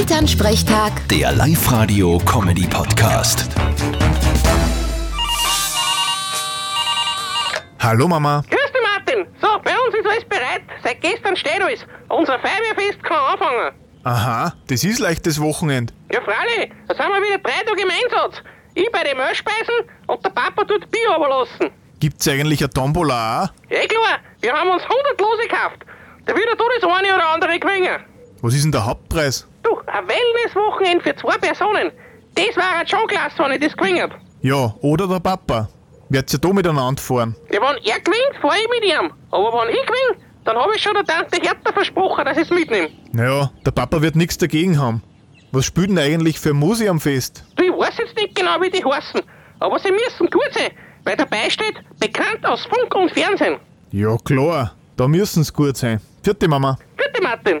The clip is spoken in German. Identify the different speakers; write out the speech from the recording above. Speaker 1: Elternsprechtag,
Speaker 2: Der Live-Radio-Comedy-Podcast.
Speaker 3: Hallo Mama.
Speaker 4: Grüß dich, Martin. So, bei uns ist alles bereit. Seit gestern steht alles. Unser Feuerwehrfest kann anfangen.
Speaker 3: Aha, das ist leichtes Wochenend.
Speaker 4: Ja, freilich. Da sind wir wieder drei Tage im Einsatz. Ich bei den Mehlspeisen und der Papa tut Bier überlassen.
Speaker 3: Gibt's eigentlich eine Tombola auch?
Speaker 4: Ja, eh klar. Wir haben uns 100 Lose gekauft. Da wird ja da das eine oder andere gewinnen.
Speaker 3: Was ist denn der Hauptpreis?
Speaker 4: Du, ein Wellness-Wochenende für zwei Personen. Das wäre schon klasse, wenn ich das gewinne.
Speaker 3: Ja, oder der Papa? Werdet ihr da miteinander fahren?
Speaker 4: Ja, wenn er gewinnt, fahre ich mit ihm. Aber wenn ich gewinne, dann habe ich schon der Tante Hertha versprochen, dass ich es mitnehme.
Speaker 3: Naja, der Papa wird nichts dagegen haben. Was spielt denn eigentlich für Musik am Fest?
Speaker 4: Du, ich weiß jetzt nicht genau, wie die heißen, aber sie müssen gut sein, weil dabei steht, bekannt aus Funk und Fernsehen.
Speaker 3: Ja klar, da müssen's gut sein. Vierte Mama.
Speaker 4: Bitte, Martin.